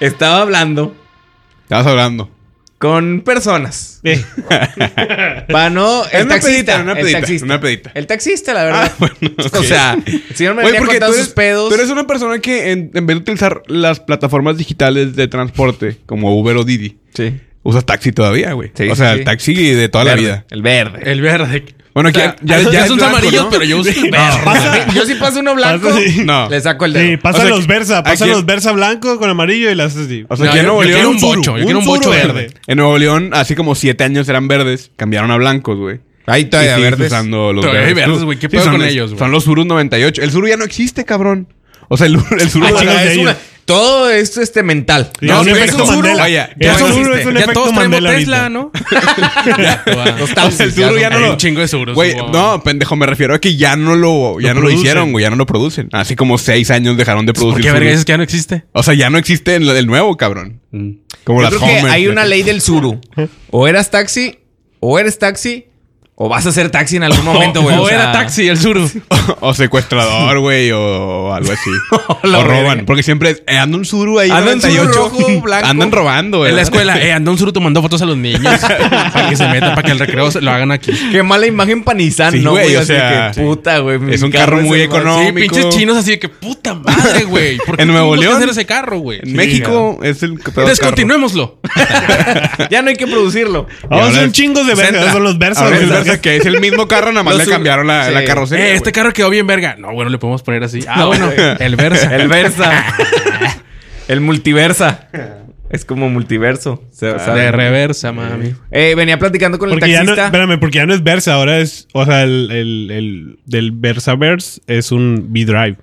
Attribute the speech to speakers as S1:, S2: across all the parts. S1: Estaba hablando
S2: Estabas hablando.
S1: con personas. Para no.
S2: Era
S1: El
S2: una
S1: taxista.
S2: pedita, una
S1: el
S2: pedita,
S1: taxista.
S2: una pedita.
S1: El taxista, la verdad.
S2: Ah, bueno,
S1: O
S2: ok.
S1: sea, si no me
S2: Oye,
S1: venía
S2: porque tú
S1: contando
S2: eres,
S1: sus pedos.
S2: tú eres una persona que en, en vez de utilizar las plataformas digitales de transporte como Uber o Didi,
S1: Sí.
S2: usas taxi todavía, güey.
S1: Sí,
S2: o
S1: sí,
S2: sea,
S1: sí.
S2: el taxi de toda la
S1: Verde,
S2: vida.
S1: El verde.
S3: El verde.
S2: Bueno,
S3: O sea,
S2: que ya, ya,
S3: esos
S2: ya es
S3: son
S2: blanco,
S3: amarillos,
S2: ¿no?
S3: pero yo uso el
S1: Verde.
S3: verde.
S4: pasa-
S1: Yo si paso uno blanco,
S4: Pasa- sí.
S2: No.
S1: le saco el dedo.
S4: Sí, pasa
S2: O sea,
S4: los Versa, pasa
S2: aquí-
S4: los Versa blanco con amarillo y las haces así.
S2: O sea,
S3: No,
S2: que en
S3: yo-
S2: Nuevo
S3: yo
S2: León.
S3: quiero un bocho, yo quiero un
S4: suru
S3: bocho verde.
S2: En Nuevo León, así como siete años eran verdes, cambiaron a blancos, güey.
S1: Ahí todavía
S2: Y sigues
S1: verdes.
S2: usando los
S3: Todavía hay verdes,
S2: tú.
S3: güey. ¿Qué
S2: Sí,
S3: pedo
S2: son-
S3: con ellos, güey?
S2: Son los Surus 98. El Suru ya no existe, cabrón. O sea, el, el Suru...
S4: Ah,
S1: O sea,
S4: chingas de
S1: es
S4: ellos.
S1: una- todo esto este mental.
S4: Sí,
S3: No,
S4: es un
S3: pero
S4: efecto
S3: es un suru.
S4: Mandela.
S2: Vaya,
S4: Ya
S3: ya
S4: es un suru,
S3: existe.
S4: es un
S3: Ya
S4: efecto
S3: todos traemos
S4: Mandela
S3: Tesla,
S4: ahorita.
S3: ¿no?
S1: Los
S3: Wow.
S1: taxis,
S2: el sur ya no
S3: Hay
S2: lo-
S3: un chingo de seguros.
S2: Güey,
S3: wow.
S2: no, pendejo, me refiero a que ya no lo, ya no lo
S4: Lo producen.
S2: hicieron, güey. Ya no lo producen. Así como seis años dejaron de
S3: ¿Por
S2: producir
S3: qué verga
S2: Surus.
S3: dices que ya no existe?
S2: O sea, ya no existe el, el nuevo, cabrón.
S4: Mm.
S2: Como
S1: Yo
S2: las
S1: creo que
S2: Homer,
S1: hay
S2: güey.
S1: una ley del suru. O eras taxi, o eres taxi, o vas a ser taxi en algún momento, güey.
S3: o,
S1: sea,
S3: era taxi, el suru.
S2: O secuestrador, güey, o algo así.
S1: la
S2: o roban.
S1: verga.
S2: Porque siempre es, eh, anda un suru ahí.
S1: Anda un suru
S2: 98.
S1: rojo, blanco.
S2: Andan robando, güey.
S3: En la escuela, eh, anda un suru tomando fotos a los niños para que se metan, para que el recreo se- lo hagan aquí.
S1: Qué mala imagen panizán,
S2: Sí,
S1: ¿no,
S2: güey?
S1: güey?
S2: O
S1: Así
S2: sea,
S1: que,
S2: sí.
S1: puta, güey. mi
S2: Es un carro muy
S1: el más-
S2: económico.
S3: Sí, pinches chinos así de que puta madre, güey. ¿Por qué
S2: En Nuevo
S3: tuvimos que
S2: León.
S3: hacer ese carro, güey?
S2: En México es el que peor
S3: Descontinuémoslo.
S1: Sí, ya no hay que producirlo.
S2: Y ahora
S4: Ahora
S2: es
S4: son chingos de verga,
S2: Senta.
S4: son los
S2: carro.
S4: Versa,
S2: Ahora es el
S4: güey.
S2: Versa, que es el mismo carro, nada más
S1: Los
S2: le
S1: sur-
S2: cambiaron la,
S1: sí.
S2: la carrocería.
S3: Eh, este
S2: güey.
S3: carro quedó bien verga. No, bueno, le podemos poner así. Ah, bueno, el Versa.
S1: El versa. el multiversa. Es como multiverso. se-
S2: Ah,
S3: De
S1: sabe.
S3: reversa, mami.
S1: Eh, venía platicando con
S4: Porque
S1: el
S4: ya no,
S1: taxista.
S4: espérame, porque ya no es Versa, ahora es, o sea, el, el, el del Versaverse es un B-Drive.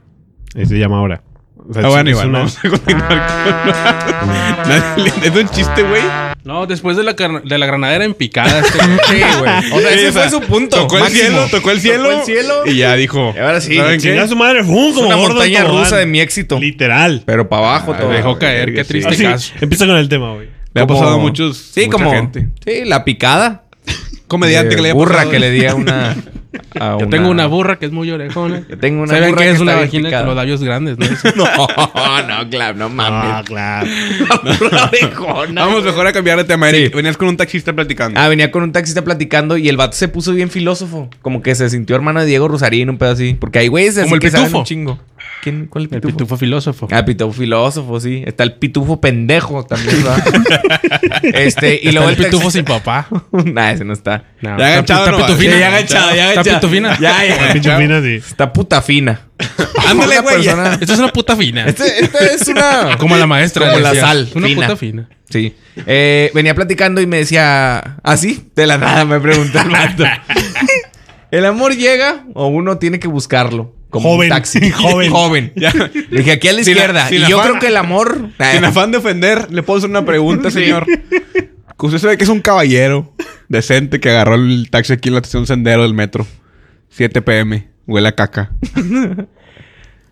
S4: Así se llama ahora. O sea,
S2: Ah, bueno,
S4: es
S2: igual.
S4: una-
S2: Vamos a continuar con... Nadie le- es un chiste, güey.
S3: No, después de la, car- de la granadera en picada. este,
S1: Sí, güey. O sea,
S2: Sí,
S1: ese
S2: o sea,
S1: fue su punto.
S2: Tocó el
S1: máximo.
S2: cielo, tocó el cielo.
S1: Tocó el cielo.
S2: Y ya dijo.
S1: Y ahora sí,
S2: ¿saben qué?
S4: Chinga su madre, ¡fum!
S1: Es
S4: Como
S1: una
S4: gordo en
S1: montaña
S4: tobogán.
S1: rusa de mi éxito.
S4: Literal.
S1: Pero para abajo
S2: Ah,
S1: todo.
S3: dejó
S2: güey,
S3: caer, qué
S2: sí.
S3: triste
S4: Así,
S3: este caso.
S4: empieza con el tema, güey.
S2: Le ha
S1: Como-
S2: pasado a muchos.
S1: Sí,
S2: mucha
S1: como.
S2: gente.
S1: Sí, la picada.
S2: Comediante
S1: De
S2: que le haya
S1: burra
S2: pasado.
S1: que le di a una. a
S3: Yo tengo una burra que es muy orejona.
S1: Yo tengo una
S3: ¿Saben
S1: burra
S3: qué
S1: que
S3: es
S1: está
S3: una
S1: bien
S3: vagina
S1: picada?
S3: con los labios grandes? ¿no?
S1: No, no, claro, no
S3: Ah,
S1: mames.
S4: Ah, claro.
S1: Burra orejona.
S2: Vamos mejor a cambiar de tema, Eric.
S1: Sí.
S2: Venías con un taxista platicando.
S1: Ah, venía con un taxista platicando y el vato se puso bien filósofo. Como que se sintió hermano de Diego Rosarín, un pedo así. Porque hay güeyes así
S3: Como el
S1: que saben
S3: Pitufo.
S1: un chingo. ¿Quién? ¿Cuál
S3: El
S1: pitufo?
S3: pitufo filósofo.
S1: Ah, pitufo filósofo, sí. Está el pitufo pendejo también, ¿verdad? este, y
S3: Y
S1: luego
S3: el pitufo sin
S1: taxista-
S3: papá.
S1: nah, ese no está.
S3: No,
S2: Ya agachado,
S3: está,
S2: no,
S3: está pitufina.
S2: sí, ya agachado, ya
S3: Está
S2: agachado.
S3: pitufina.
S2: Ya, ya.
S4: Pinche mina, sí.
S1: Está puta fina.
S2: Ándale,
S1: Una
S2: güey. ya.
S1: persona-
S3: Esto es una puta fina.
S1: Este, esta es una.
S3: Como la maestra.
S1: Como la
S3: decía.
S1: sal,
S3: Una
S1: fina.
S3: puta fina.
S1: Sí. Eh, venía platicando y me decía, ¿así? de la nada me preguntó el vato. ¿El amor llega o uno tiene que buscarlo? Como
S4: Joven.
S1: un taxi.
S4: Joven.
S1: Joven.
S2: Ya.
S1: Le dije, aquí a la
S2: Sin la-
S1: izquierda.
S2: sin
S1: y
S2: la
S1: yo
S2: fan-
S1: creo que el amor... eh,
S2: Sin afán de ofender, le puedo hacer una pregunta, señor. Que usted sabe que es un caballero decente que agarró el taxi aquí en la estación Sendero del metro. 7 pm. Huele a caca.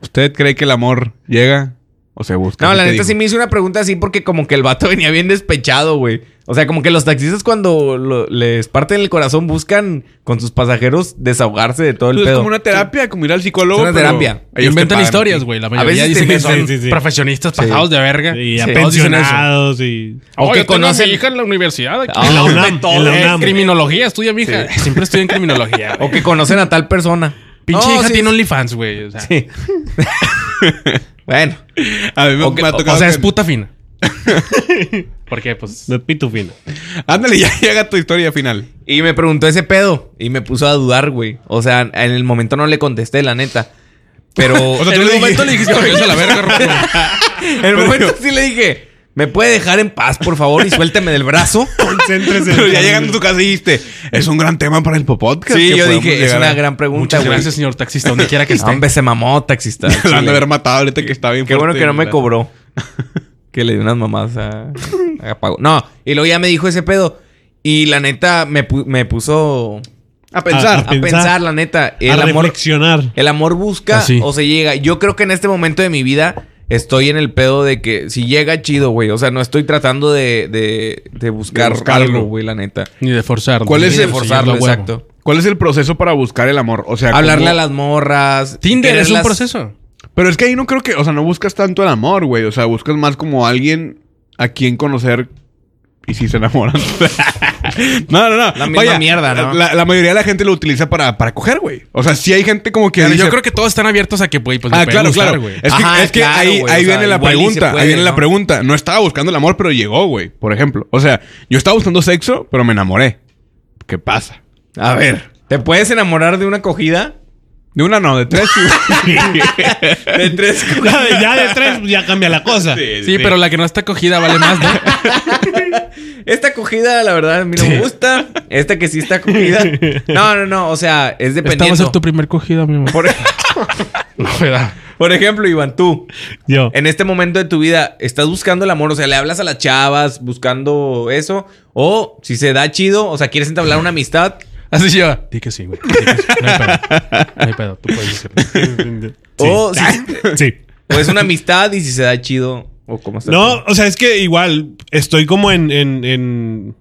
S2: ¿Usted cree que el amor llega o se busca?
S1: No,
S2: ¿Qué
S1: la
S2: te
S1: neta
S2: digo?
S1: sí me hizo una pregunta así porque como que el vato venía bien despechado, güey. O sea, como que los taxistas cuando lo- les parten el corazón buscan con sus pasajeros desahogarse de todo el
S2: Pues Es
S1: pedo.
S2: como una terapia, como ir al psicólogo.
S1: Es una
S2: pero
S1: terapia.
S2: ellos te
S3: Inventan
S2: pagan.
S3: historias, güey. La mayoría
S1: veces
S3: dicen
S1: te
S3: que son
S4: inventan, sí, sí.
S3: profesionistas pasados de verga.
S4: Y
S3: Sí.
S4: a
S3: Todos dicen eso.
S4: pensionados y...
S1: O
S3: Oh,
S1: que
S3: yo tengo a mi
S1: conocen-
S3: hija en la universidad. aquí.
S1: Ah,
S4: En la
S1: hombre,
S4: UNAM,
S1: todo
S4: en la
S3: Eh,
S4: UNAM.
S3: criminología, estudia mi hija. Siempre estudia en criminología.
S1: O
S3: güey.
S1: que conocen a tal persona.
S3: Pinche
S1: No,
S3: hija
S1: sí,
S3: tiene OnlyFans, güey. O sea,
S1: sí. bueno.
S2: A mí me,
S1: O que-
S2: me ha
S1: o
S2: tocado.
S3: o sea, es
S2: que-
S3: puta fina. ¿Por qué? Pues.
S4: No es pitufina.
S2: Ándale, ya llega tu historia final.
S1: Y me preguntó ese pedo y me puso a dudar, güey. O sea, en el momento no le contesté, la neta. Pero
S2: O
S3: en
S2: sea, tú
S3: el
S2: le
S3: momento
S2: dijiste-
S3: le dijiste, "Oye, eso es la verga, Rorro".
S1: en el momento sí le dije, ¿me puede dejar en paz, por favor? Y suélteme del brazo.
S4: Concéntrese.
S2: Pero ya llegando a tu casa dijiste, es un gran tema para el podcast.
S1: Sí,
S2: que
S1: yo
S2: podemos
S1: dije, es
S2: llegar
S1: una
S2: a-
S1: gran pregunta,
S3: Muchas
S1: güey.
S3: gracias, señor taxista, donde quiera que
S1: No,
S3: esté.
S1: hombre, se mamó, taxista. al
S2: Lo han de
S1: chile.
S2: haber matado ahorita que está bien
S1: Qué bueno
S2: fuerte
S1: que no
S2: el-
S1: me cobró. que le di unas mamadas a, a Pago. No, y luego ya me dijo ese pedo. Y la neta me, pu- me puso
S2: A pensar.
S1: a
S4: Pensar.
S1: pensar, Ah, la neta. El
S4: a
S1: amor,
S4: reflexionar.
S1: el amor busca
S3: Así.
S1: o se llega. Yo creo que en este momento de mi vida estoy en el pedo de que si llega, chido, güey. O sea, no estoy tratando de, de, de buscar
S2: buscarlo.
S1: algo, güey, la neta.
S3: Ni de forzar.
S2: ¿Cuál
S3: ni
S2: es
S1: Ni de
S2: el-
S1: forzarlo,
S3: a huevo.
S1: exacto.
S2: ¿Cuál es el proceso para buscar el amor? O sea,
S1: Hablarle
S2: ¿cómo-
S1: a las morras.
S3: Tinder es un
S1: quererlas-
S3: proceso.
S2: Pero es que ahí no creo que, o sea, no buscas tanto el amor, güey. O sea, buscas más como alguien a quien conocer y si se enamoran. no, no, no.
S1: La misma mierda, ¿no?
S2: La, la mayoría de la gente lo utiliza para, para coger, güey. O sea, sí hay gente como que.
S3: Pero
S2: dice-
S3: yo creo que todos están abiertos a que, güey, pues me
S2: Ah,
S3: puede
S2: claro,
S3: gustar,
S2: claro.
S3: güey.
S2: Es que,
S1: Ajá,
S2: es que
S1: claro,
S2: ahí,
S1: güey,
S2: ahí
S1: o
S2: viene
S1: sea,
S2: la
S1: igual y se
S2: pregunta.
S1: puede,
S2: ahí viene la
S1: ¿no?
S2: pregunta. No estaba buscando el amor, pero llegó, güey. Por ejemplo. O sea, yo estaba buscando sexo, pero me enamoré. ¿Qué pasa?
S1: A ver, ¿te puedes enamorar de una cogida?
S2: De una no, de tres. sí.
S1: De tres cogidas.
S4: Ya de- ya de tres ya cambia la cosa.
S3: Sí, pero la que no está cogida vale más, ¿no?
S1: Esta cogida, la verdad, a mí no me gusta. Esta que sí está cogida. No, no, no. O sea, es
S3: Esta va a
S1: dependiendo.
S3: ser tu primer cogida, mi amor.
S1: por,
S3: No, ¿verdad?
S1: por ejemplo, Iván, tú,
S4: Yo.
S1: en este momento de tu vida, ¿estás buscando el amor? O sea, ¿le hablas a las chavas buscando eso? O si se da chido, o sea, ¿quieres entablar una amistad?
S3: Así se lleva. Di que sí, güey. Di que sí. No hay pedo. No hay pedo. Tú puedes decirlo.
S1: O si-
S4: Oh, Sí.
S1: o es una amistad y si se da chido. O cómo está.
S4: No, o sea, es que igual estoy como en. en, en,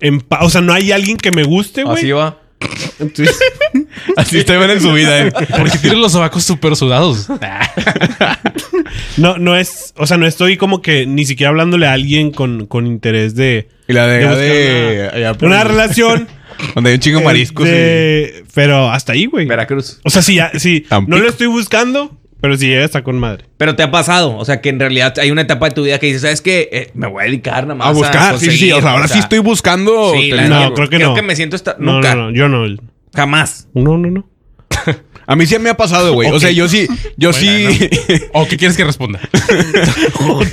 S4: en pa- o sea, no hay alguien que me guste,
S1: Así
S4: güey.
S1: va.
S2: Así te ven en su vida, eh.
S3: Porque tienen los sobacos súper sudados.
S4: No, no es. O sea, no estoy como que ni siquiera hablándole a alguien con, con interés de.
S2: Y la de.
S4: de
S2: la
S4: buscar
S2: de- allá
S4: una,
S2: por-
S4: una relación.
S2: Donde hay un chingo de mariscos. y-
S4: Eh, de- Pero hasta ahí, güey.
S1: Veracruz.
S4: O sea, sí, ya- sí.
S2: Tampico.
S4: No lo estoy buscando, pero si llega está con madre.
S1: Pero te ha pasado, o sea, que en realidad hay una etapa de tu vida que dices, ¿sabes qué? Eh, me voy a dedicar nada más
S2: A buscar. Sí, sí, sí. O sea, ahora sí estoy buscando.
S1: Sí, la
S2: tener-
S1: neta,
S4: No,
S1: güey.
S4: creo que
S1: creo
S4: no.
S1: que me siento esta-
S4: No,
S1: nunca,
S4: no, no, yo no.
S1: jamás.
S4: No, no, no.
S2: A mí sí me ha pasado, güey. O sea, yo sí. Yo sí.
S3: ¿O qué quieres que responda?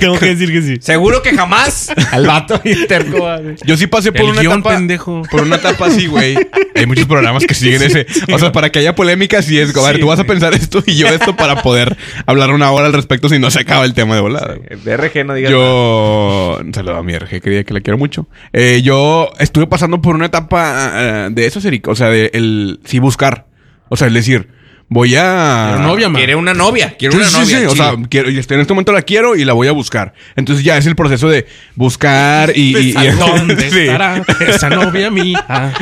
S4: Tengo que decir que sí.
S1: Seguro que jamás. Al vato interco.
S3: ah,
S2: Yo sí pasé por
S3: El
S2: una
S3: guión,
S2: etapa.
S3: pendejo.
S2: Por una etapa así, güey. Hay muchos programas que siguen ese. O sea, para que haya polémica, sí es. como, A ver, tú vas a pensar esto y yo esto para poder hablar una hora al respecto si no se acaba el tema de volada. güey.
S1: BRG no digas nada.
S2: Yo. Saludo a mi RG, quería que la quiero mucho. Eh, yo estuve pasando por una etapa eh, de eso, Eric. O sea, de el. Sí, buscar. O sea, es decir, voy a.
S3: Pero novia, man.
S1: Quiere una novia, quiere
S2: Sí,
S1: una
S2: sí,
S1: novia.
S2: sí, O sea, quiero, y este- en este momento la quiero y la voy a buscar. Entonces ya es el proceso de buscar y. y, y-
S3: Pues, ¿Dónde
S2: Sí.
S3: estará esa novia mía?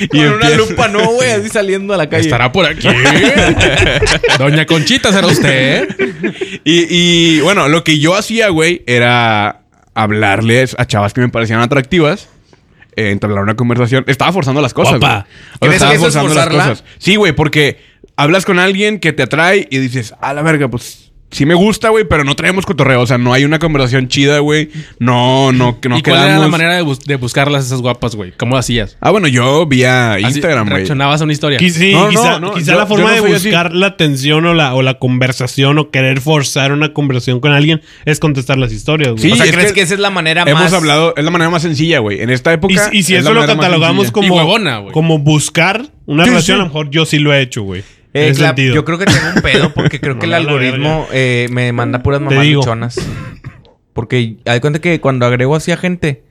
S2: Y
S1: y una
S2: empieza-
S1: lupa no, güey, así saliendo a la calle.
S3: ¿Estará por aquí? Doña Conchita, ¿será usted? ¿eh?
S2: Y, y, bueno, lo que yo hacía, güey, era hablarles a chavas que me parecían atractivas, eh, entablar una conversación. Estaba forzando las cosas.
S3: Guapa.
S2: güey. O sea,
S1: ¿Crees
S2: estaba
S1: que eso es
S2: forzando las
S1: forzarla?
S2: cosas. Sí, güey, porque hablas con alguien que te atrae y dices, a la verga, pues. Sí me gusta, güey, pero no traemos cotorreo. O sea, no hay una conversación chida, güey. No, no, que no
S3: ¿Y cuál era la
S2: quedamos.
S3: manera de, bus- de buscarlas esas guapas, güey? ¿Cómo lo hacías?
S2: Ah, bueno, yo vía
S3: Así,
S2: Instagram, güey.
S3: Reaccionabas a una historia.
S4: Qui- sí,
S2: No, no,
S4: quizá,
S2: no,
S4: quizá
S2: yo-
S4: la forma
S2: yo no
S4: de
S2: soy así.
S4: buscar la atención o la, o la conversación o querer forzar una conversación con alguien es contestar las historias. güey.
S2: Sí,
S1: o sea,
S2: es
S1: ¿crees
S2: que
S1: que, esa es la manera
S2: Hemos
S1: más?
S2: hablado, es la manera más sencilla, güey. En esta
S4: Y,
S2: época.
S4: y si
S2: es
S4: eso
S2: la
S4: lo
S2: manera más
S4: catalogamos
S2: sencilla.
S4: como,
S3: Y huevona, güey.
S4: como buscar una
S2: Sí,
S4: relación,
S2: sí.
S4: a lo mejor yo sí lo he hecho, güey.
S1: Eh,
S4: En ese
S1: Clap,
S4: sentido.
S1: yo creo que tengo un pedo porque creo que el
S4: No, la
S1: algoritmo eh, me manda puras
S4: Te
S1: mamás
S4: digo.
S1: luchonas. Porque hay cuenta que cuando agrego así a gente.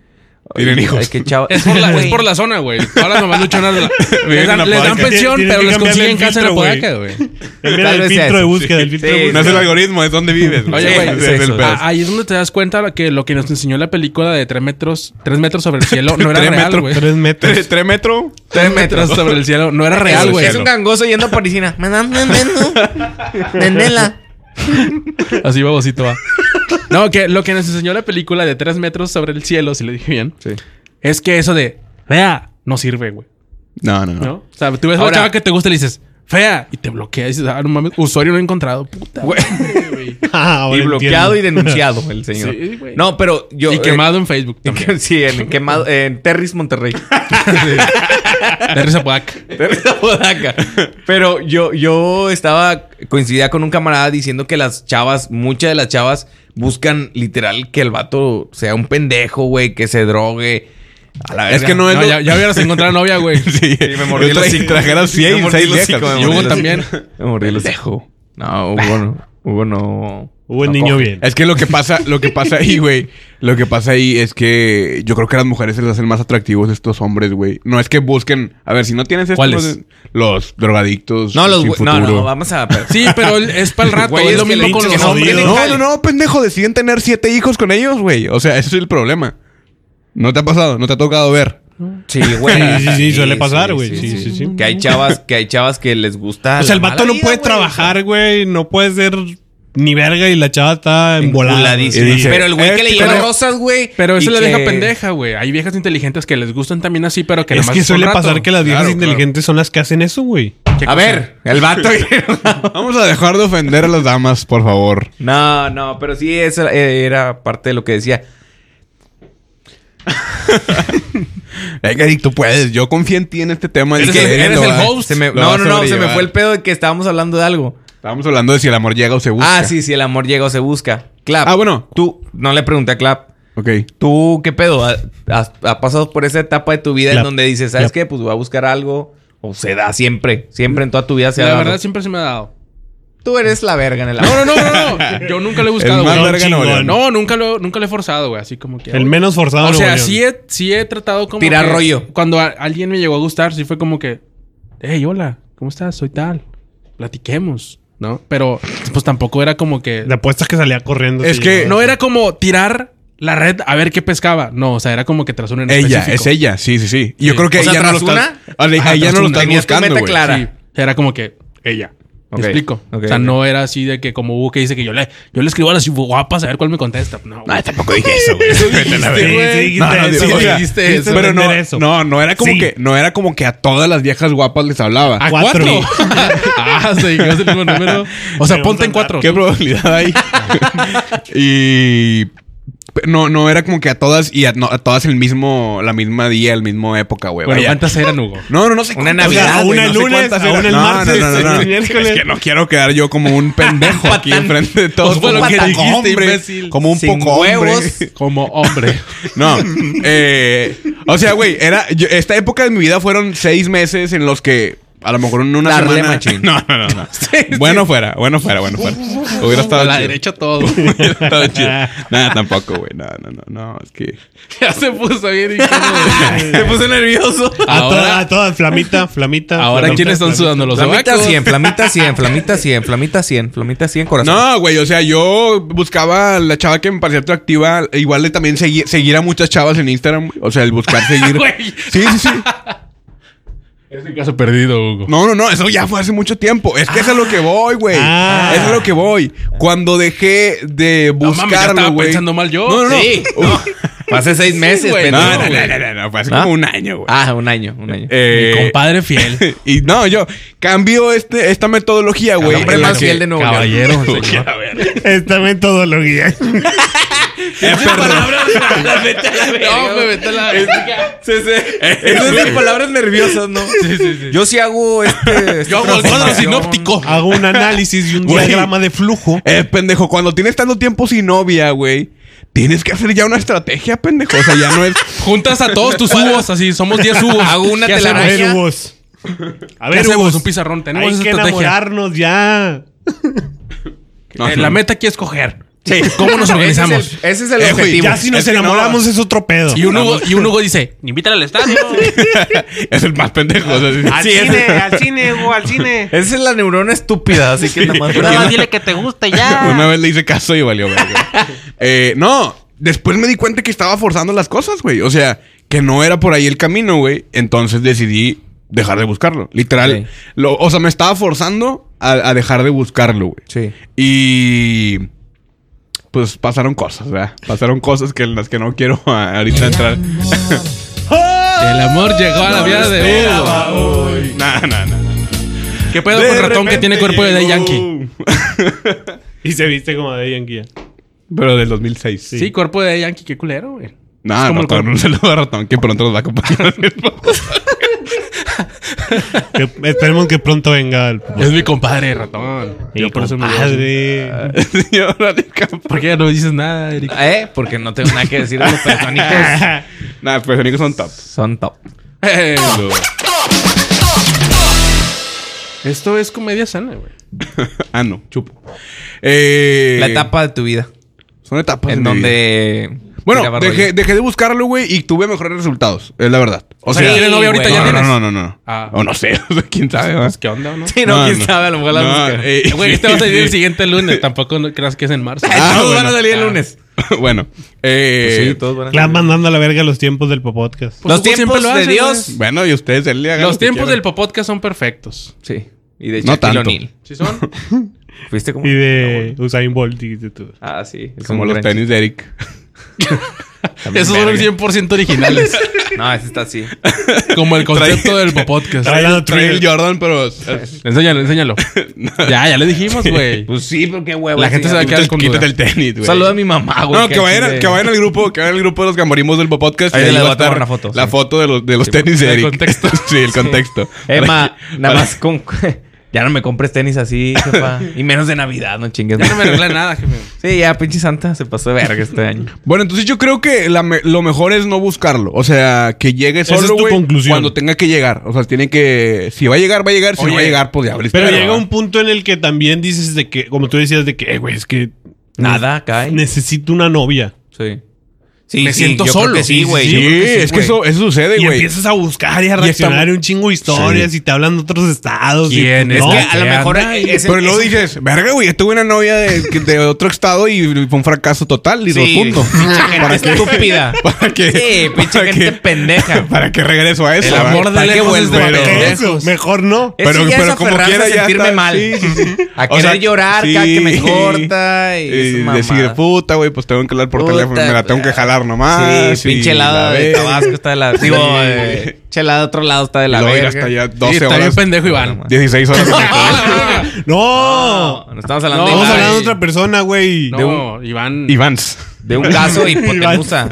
S2: Tienen
S1: ay,
S2: hijos.
S1: ay, qué chava-
S3: Es por, la, es
S1: Güey.
S3: por la zona, güey. Todas las mamás luchonas de la- les
S2: en la
S3: dan, les dan
S2: podaca.
S3: pensión,
S4: Tienes
S3: pero
S4: que
S3: les
S4: cambiarle
S3: consiguen
S4: el
S3: casa en la
S4: filtro,
S3: podaca, güey.
S4: Eh, Mira,
S1: Tal
S4: el
S1: vez
S4: filtro
S1: sea
S4: de
S1: eso,
S4: búsqueda,
S1: sí.
S4: el filtro
S1: Sí,
S4: de
S2: No es
S4: búsqueda.
S2: el algoritmo, es donde vives. güey.
S3: Oye, güey,
S2: Ese
S1: es
S2: es el
S1: eso.
S2: pedo.
S3: Ah, ahí es donde te das cuenta que lo que nos enseñó la película de 3 metros, tres metros sobre el cielo no era
S2: Tres
S3: real,
S2: metros,
S3: güey.
S4: Tres metros.
S2: ¿Tres, tres metros?
S3: 3 metros sobre el cielo no era
S1: Es-
S3: real, güey.
S1: Es un gangoso yendo a Parisina. Me dan menú. Nenela.
S3: Así babosito va. No, que lo que nos enseñó la película de 3 metros sobre el cielo, si lo dije bien, es que eso de fea no sirve, güey.
S2: No, no, no.
S3: ¿No? O sea, tú ves a
S1: Ahora-
S3: una chava que te gusta y le dices fea y te bloquea y dices, ah, no mames, usuario no encontrado, puta. madre, güey.
S4: Ah, ahora
S1: Y
S4: entiendo.
S1: bloqueado y denunciado el señor.
S3: Sí, güey.
S1: no, pero yo.
S3: y
S1: eh,
S3: quemado en Facebook.
S1: y que-
S3: También.
S1: sí, en quemado. En Terris, Monterrey.
S3: De risa Podaca.
S1: Terris Apodaca. Pero yo, yo estaba. Coincidía con un camarada diciendo que las chavas, muchas de las chavas, buscan literal que el vato sea un pendejo, güey, que se drogue. A la
S2: Es
S1: verga.
S2: que no es.
S3: No,
S2: lo-
S3: ya, ya hubieras encontrado novia, güey.
S2: Sí,
S1: me mordí
S2: Yo
S1: el
S2: tra-
S1: hocico.
S2: Trajeron
S1: Me
S2: 100,
S1: mordí el
S2: 6 viejas.
S1: hocico, me
S2: Y
S1: mordí
S2: hubo
S1: el
S2: también.
S1: hocico. Me mordí el hocico. No, Hugo no. Hugo no.
S4: Hubo el
S1: no
S4: niño
S1: coge.
S4: bien.
S2: Es que lo que pasa, lo que pasa ahí, güey. Lo que pasa ahí es que yo creo que a las mujeres se les hacen más atractivos estos hombres, güey. No es que busquen. A ver, si no tienes esto,
S3: ¿Cuáles?
S2: los drogadictos.
S1: No, los
S2: sin
S1: güey- No, no,
S2: Pues futuro.
S1: vamos a.
S3: Sí, pero el- es para el rato.
S1: Güey,
S3: es lo
S1: es que
S3: mismo con
S1: pinches
S3: los
S1: jodidos.
S3: hombres.
S1: Déjale.
S2: No, no, no, pendejo. Deciden tener siete hijos con ellos, güey. O sea, ese es el problema. No te ha pasado, no te ha tocado ver.
S1: Sí, güey.
S4: Sí, sí, sí, suele pasar, güey. Sí, sí, sí.
S1: Que hay chavas, que hay chavas que les gusta.
S4: O sea, el
S1: la
S4: vato
S1: mala
S4: no
S1: vida,
S4: puede
S1: güey.
S4: trabajar, güey. No puede ser ni verga y la chava está embolada. güey.
S1: Enculadísima.
S2: Y dice,
S1: pero el güey que
S2: "Este
S1: le lleva
S2: pero-
S1: rosas, güey.
S3: Pero eso
S1: y
S3: es la
S1: que-
S3: vieja pendeja, güey. Hay viejas inteligentes que les gustan también así, pero que
S4: Es
S3: nomás
S4: que
S3: es un
S4: suele
S3: rato.
S4: pasar que las viejas
S1: Claro,
S4: inteligentes son las que hacen eso, güey.
S1: A ver, el vato.
S2: Vamos a dejar de ofender a las damas, por favor.
S1: no, no, pero sí, esa e, era parte de lo que decía.
S2: Venga, Eric, tú puedes. Yo confío en ti en este tema.
S1: Es
S2: Dice,
S1: que
S2: "Eric,
S1: eres
S2: lo
S1: el
S2: va-
S1: host. Se me-
S2: lo
S1: no,
S2: vas
S1: no,
S2: a
S1: no, se me
S2: sobrellevar".
S1: fue el pedo de que estábamos hablando de algo.
S2: Estábamos hablando de si el amor llega o se busca.
S1: Ah, sí, sí, el amor llega o se busca. Clap.
S2: Ah, bueno.
S1: Tú, no le pregunté a Clap.
S2: Ok.
S1: ¿Tú qué pedo? ¿Ha- ¿Has, ha pasado por esa etapa de tu vida en
S4: Clap.
S1: donde dices, ¿sabes
S4: Clap.
S1: qué? Pues voy a buscar algo. O se da siempre. Siempre en toda tu vida se
S3: La
S1: da.
S3: verdad siempre se me ha dado.
S1: Tú eres la verga en el amor.
S3: No, no, no, no, no. Yo nunca lo he buscado,
S2: el más
S4: güey.
S2: verga no,
S4: Chingón.
S2: León.
S3: No, nunca lo, nunca lo he forzado, güey. Así como que.
S4: El menos forzado.
S3: O sea,
S4: Nuevo León.
S3: sí he, sí he tratado como.
S1: Tirar
S3: que-
S1: rollo.
S3: Cuando a- alguien me llegó a gustar, sí fue como que. Hey, hola, ¿cómo estás? Soy tal. Platiquemos, ¿no? Pero, pues tampoco era como que.
S4: La apuesta es que salía corriendo.
S2: Es
S4: sí,
S2: que-
S4: ¿no?
S3: No era como tirar la red a ver qué pescaba. No, o sea, era como que tras una en
S2: Ella,
S3: específico.
S2: es ella. Sí, sí, sí. Y Yo
S3: Sí.
S2: creo que
S1: O sea,
S2: ella no lo
S1: tras una-
S2: está... A la-
S1: Ajá,
S2: a ella
S1: tras
S2: no lo
S1: una.
S2: estás
S1: Tenías tu
S2: buscando,
S1: meta
S2: güey.
S1: clara.
S3: Sí, era como que ella. ¿Me
S1: Ok,
S3: explico?
S1: ok,
S3: o sea,
S1: ok.
S3: no era así de que como Hugo que dice que yo le, yo le escribo a las guapas a ver cuál me contesta. No, güey.
S2: Tampoco dije eso, güey. Vete a la verga.
S4: Sí,
S2: No, no,
S4: dijiste
S2: digo,
S4: eso,
S2: o sea,
S4: dijiste
S2: dijiste
S4: eso.
S2: Pero no,
S4: Vender eso.
S2: no, no era como
S4: Sí.
S2: que, no era como que a todas las viejas guapas les hablaba.
S4: A cuatro.
S3: ah, sí, que es el mismo número. O sea,
S4: Debemos
S3: ponte en
S4: andar.
S3: cuatro.
S2: ¿Qué probabilidad hay? y no, no era como que a todas y a, no, a todas el mismo, la misma día, el mismo época, güey.
S3: Bueno,
S2: Vaya.
S3: ¿cuántas eran, Hugo?
S2: No, no, no sé.
S1: Una
S2: cuántas,
S1: Navidad,
S2: güey,
S1: a una
S2: no
S4: el
S2: sé
S4: lunes,
S2: cuántas
S4: a
S2: eran.
S4: una el
S2: No,
S4: martes,
S2: no, no, no,
S4: el
S2: no.
S4: miércoles.
S2: Es que no quiero quedar yo como un pendejo aquí
S1: patán.
S2: enfrente de todos.
S3: Pues fue lo
S2: como
S3: que
S2: un
S3: dijiste,
S2: poco hombre,
S3: imbécil.
S2: Como un
S1: Sin
S2: poco
S1: huevos.
S2: hombre.
S3: Como hombre.
S2: No. eh, o sea, güey, era. yo- esta época de mi vida fueron seis meses en los que a lo mejor en una
S1: Darle
S2: semana.
S1: machín.
S2: No, no, no, no. bueno fuera, bueno fuera, bueno fuera. Hubiera estado
S3: a la
S2: chido.
S3: derecha todo.
S2: Hubiera estado chido. Nada, tampoco, güey. No, no, no, no. Es que.
S3: ya se puso bien incómodo.
S1: Se puso nervioso.
S4: A
S3: Ahora-
S4: todas, a todas, flamita, flamita.
S3: Ahora,
S4: flamita,
S3: ¿quiénes están
S4: flamita.
S3: sudando los
S1: Flamita
S3: sobacos?
S1: 100, flamita 100, flamita 100, flamita 100, flamita 100, corazón.
S2: No, güey, o sea, yo buscaba a la chava que me parecía atractiva. Igual de también segui- seguir a muchas chavas en Instagram. güey. O sea, el buscar seguir. sí, sí, sí.
S3: Es un caso perdido, Hugo.
S2: No, no, no, eso ya fue hace mucho tiempo. Es que es a lo que voy, güey.
S4: Ah.
S2: Es a lo que voy. Cuando dejé de
S3: mames, ya estaba
S2: buscarlo, güey.
S3: pensando mal yo.
S2: No, no, no.
S1: Sí. Hace seis meses,
S3: güey,
S1: pendejo,
S2: No, no,
S1: güey.
S2: no, no, no, no, fue hace
S1: ¿Ah?
S2: como un año, güey.
S1: Ah, un año, un año.
S2: Eh,
S3: Mi compadre fiel.
S2: y no, yo cambio este, esta metodología, güey.
S1: El hombre
S2: en la
S1: más
S2: que-
S1: fiel de Nuevo León.
S3: Caballero, el
S2: Uy,
S3: señor.
S2: a ver.
S4: Esta metodología.
S2: Eh, perdón.
S3: No, me vete a la
S1: Sí, sí. Esas son palabras nerviosas, ¿no? Sí, sí, sí. Yo sí hago este.
S3: Yo hago el cuadro sinóptico.
S4: Hago un análisis y un
S2: Güey.
S4: diagrama de flujo.
S2: Eh, pendejo, cuando tienes tanto tiempo sin novia, güey, tienes que hacer ya una estrategia, pendejo. O sea, ya no es.
S3: Juntas a todos tus hubos, así somos 10 hubos.
S1: Hago una
S3: ¿Qué
S4: A
S1: telaraña.
S3: hacemos?
S4: ver, Hubos. A
S3: ¿Qué
S4: ver,
S3: hacemos?
S4: Hubos.
S3: Un pizarrón. Tenemos
S4: Hay
S3: esa
S4: que
S3: estrategia.
S4: enamorarnos ya.
S2: No,
S3: Eh,
S2: no.
S3: La meta aquí es coger.
S1: Sí.
S3: ¿Cómo nos organizamos?
S1: Ese es el, ese es el
S2: Eh, güey,
S1: objetivo.
S4: Ya si nos
S2: es que no.
S4: enamoramos es otro pedo.
S3: Y un, Hugo, y un Hugo dice, invítala al estadio.
S2: es el más pendejo. o sea, sí.
S5: Al
S2: Sí, es-
S5: cine, al cine, Hugo, al cine.
S1: Esa es la neurona estúpida, así que nada más.
S5: Nada más dile que te gusta y ya.
S2: Una vez le hice caso y valió verga. Eh, no, después me di cuenta que estaba forzando las cosas, güey. O sea, que no era por ahí el camino, güey. Entonces decidí dejar de buscarlo. Literal.
S1: Sí.
S2: Lo- o sea, me estaba forzando a, a dejar de buscarlo, güey.
S1: Sí.
S2: Y. Pues pasaron cosas, ¿verdad? Pasaron cosas que en las que no quiero a- ahorita entrar.
S3: El amor llegó a la vida de Hugo.
S2: Nah, nah, nah.
S3: ¿Qué pedo con ratón que tiene cuerpo de Day Yankee?
S4: Y se viste como de Yankee.
S2: Pero del 2006.
S3: Sí, cuerpo de Day Yankee, qué culero, güey.
S2: Nah,
S3: como el
S2: ratón, un saludo a ratón que pronto nos va a acompañar.
S4: Que esperemos que pronto venga el
S3: Es mi compadre, ratón. Yo por eso me llevo así.
S4: padre.
S2: Señor Alicampo.
S3: ¿Por qué ya no dices nada, Eric?
S1: ¿Eh? Porque no tengo nada que decir de los personitos.
S2: Nah, pues únicos son top.
S1: Son top.
S3: Eh, Esto es comedia sana, güey.
S2: ah, no, chupo. Eh,
S1: La etapa de tu vida.
S2: Son etapas.
S3: Pues
S2: de
S1: en
S2: mi vida.
S1: donde.
S2: Bueno,
S1: tiraba
S2: dejé,
S1: rollo.
S2: dejé de buscarlo, güey, y tuve mejores resultados. Es la verdad. O
S3: sea,
S2: sea,
S3: ¿ya tienes novia ahorita?
S2: no,
S3: ¿Ya
S2: no,
S3: tienes?
S2: no, no, no, no.
S3: Ah.
S2: O no sé, o sea, quién sabe, va.
S3: Pues, ¿Qué onda o no?
S1: Sí, no,
S2: No,
S1: quién
S2: no.
S1: sabe, a lo mejor la
S2: No,
S1: busca.
S2: eh,
S3: Güey, este va a salir el siguiente lunes. Tampoco no creas que es en marzo.
S1: Todos
S2: bueno.
S1: van a salir el
S3: Ah.
S1: lunes.
S2: bueno, eh,
S1: Pues sí, todos van a-
S4: Clan mandando a la verga los tiempos del podcast.
S3: Pues
S1: Los
S3: tú siempre
S1: tiempos
S3: lo
S1: de
S3: haces,
S1: Dios.
S3: güey.
S2: bueno, y ustedes, Eli, hagan
S3: Los
S2: lo que
S3: tiempos del
S2: quieran.
S3: podcast son perfectos.
S1: Sí. Y de
S2: No
S1: Shaquille
S2: tanto.
S1: O'Neal.
S3: ¿Sí son?
S1: ¿Fuiste como?
S4: Y de Usain Bolt y de todo.
S1: Ah, sí. es
S2: Como
S1: un
S2: los
S1: gran
S2: tenis de Eric.
S1: chiste.
S3: Esos son
S1: Verga.
S3: 100% originales.
S1: No, ese está así.
S3: como el concepto del podcast.
S4: Trae- Bailando
S2: Trail
S4: thriller.
S2: Jordan, pero... es-
S3: Enséñalo, enséñalo. ya, ya le dijimos, güey.
S1: Pues sí, pero qué huevo.
S3: La gente se va a quedar con
S2: Quítate
S3: duda.
S2: el tenis, güey.
S1: Saluda a mi mamá, Ah, güey.
S2: No, que vayan, a- que vayan al grupo, que vayan al grupo de los gamorimos del podcast.
S1: Ahí
S2: y
S1: le
S2: va
S1: voy a
S2: a estar
S1: tomar una foto,
S2: La
S1: sí.
S2: foto de los, de los tenis de
S3: el
S2: Eric.
S3: contexto.
S2: sí, el contexto.
S1: Emma, nada más con... Ya no me compres tenis así, jefa. Y menos de Navidad, no chingues.
S3: Ya no me arregla nada, jefe.
S1: Sí, ya, pinche santa, se pasó de verga este año.
S2: Bueno, entonces yo creo que la me- lo mejor es no buscarlo. O sea, que llegue
S4: Esa es
S2: solo,
S4: tu
S2: güey,
S4: conclusión.
S2: cuando tenga que llegar. O sea, tiene que... Si va a llegar, va a llegar. Si no va a llegar, pues ya abriste
S4: Pero
S2: la
S4: llega
S2: barra.
S4: un punto en el que también dices de que, como tú decías, de que, eh, güey, es que.
S1: Nada, cae.
S4: Necesito una novia.
S1: Sí. Sí,
S3: Me
S1: sí,
S3: siento
S1: yo creo
S3: solo.
S1: que Sí, güey.
S2: Sí,
S1: yo creo
S2: es que eso, eso sucede,
S4: Y
S2: güey.
S4: empiezas a buscar y a reaccionar un chingo de historias y te hablan de otros estados.
S3: ¿Quién?
S4: y,
S3: Es
S4: no,
S3: que
S1: A lo mejor es
S2: Pero luego dices, verga, güey, yo tuve una novia de, que- de otro estado y fue un fracaso total y rotundo.
S1: Para estúpida.
S2: ¿Para qué?
S1: Sí, pinche
S2: ¿Para
S1: gente
S2: qué?
S1: pendeja.
S2: ¿Para qué regreso a eso?
S3: El
S2: ¿verdad?
S3: amor de
S1: ¿Para qué
S3: lejos es
S1: vuelve?
S3: de
S2: Pero-
S4: ¿Qué
S3: lejos.
S4: es eso? Mejor no.
S1: Eso
S2: Pero-
S1: ya
S2: pero
S1: es
S2: como
S1: aferrarse
S2: quiera
S1: a
S2: ya
S1: sentirme
S2: está-
S1: mal.
S2: sí, sí, sí.
S1: A
S2: O
S1: querer
S2: sea,
S1: llorar cada que me
S2: sí.
S1: corta. Y,
S2: Y
S1: esa
S2: decir,
S1: mamada.
S2: puta, güey, pues tengo que hablar por
S1: Puta, ah,
S2: teléfono, me la tengo que jalar
S1: Sí,
S2: nomás.
S1: pinche helado de
S2: verga.
S1: Tabasco está de la. Digo, eh, pinche helado de otro lado está de la
S2: Y luego ir
S1: verga.
S2: hasta allá
S3: Sí,
S2: 12
S3: está bien
S2: horas.
S3: pendejo, Iván.
S2: 16 horas.
S4: No.
S1: No, no estamos hablando,
S3: No,
S1: de,
S4: Vamos
S1: Iván,
S4: a hablar de otra persona, güey.
S3: No, Iván.
S2: Ivans.
S1: de un caso de hipotenusa.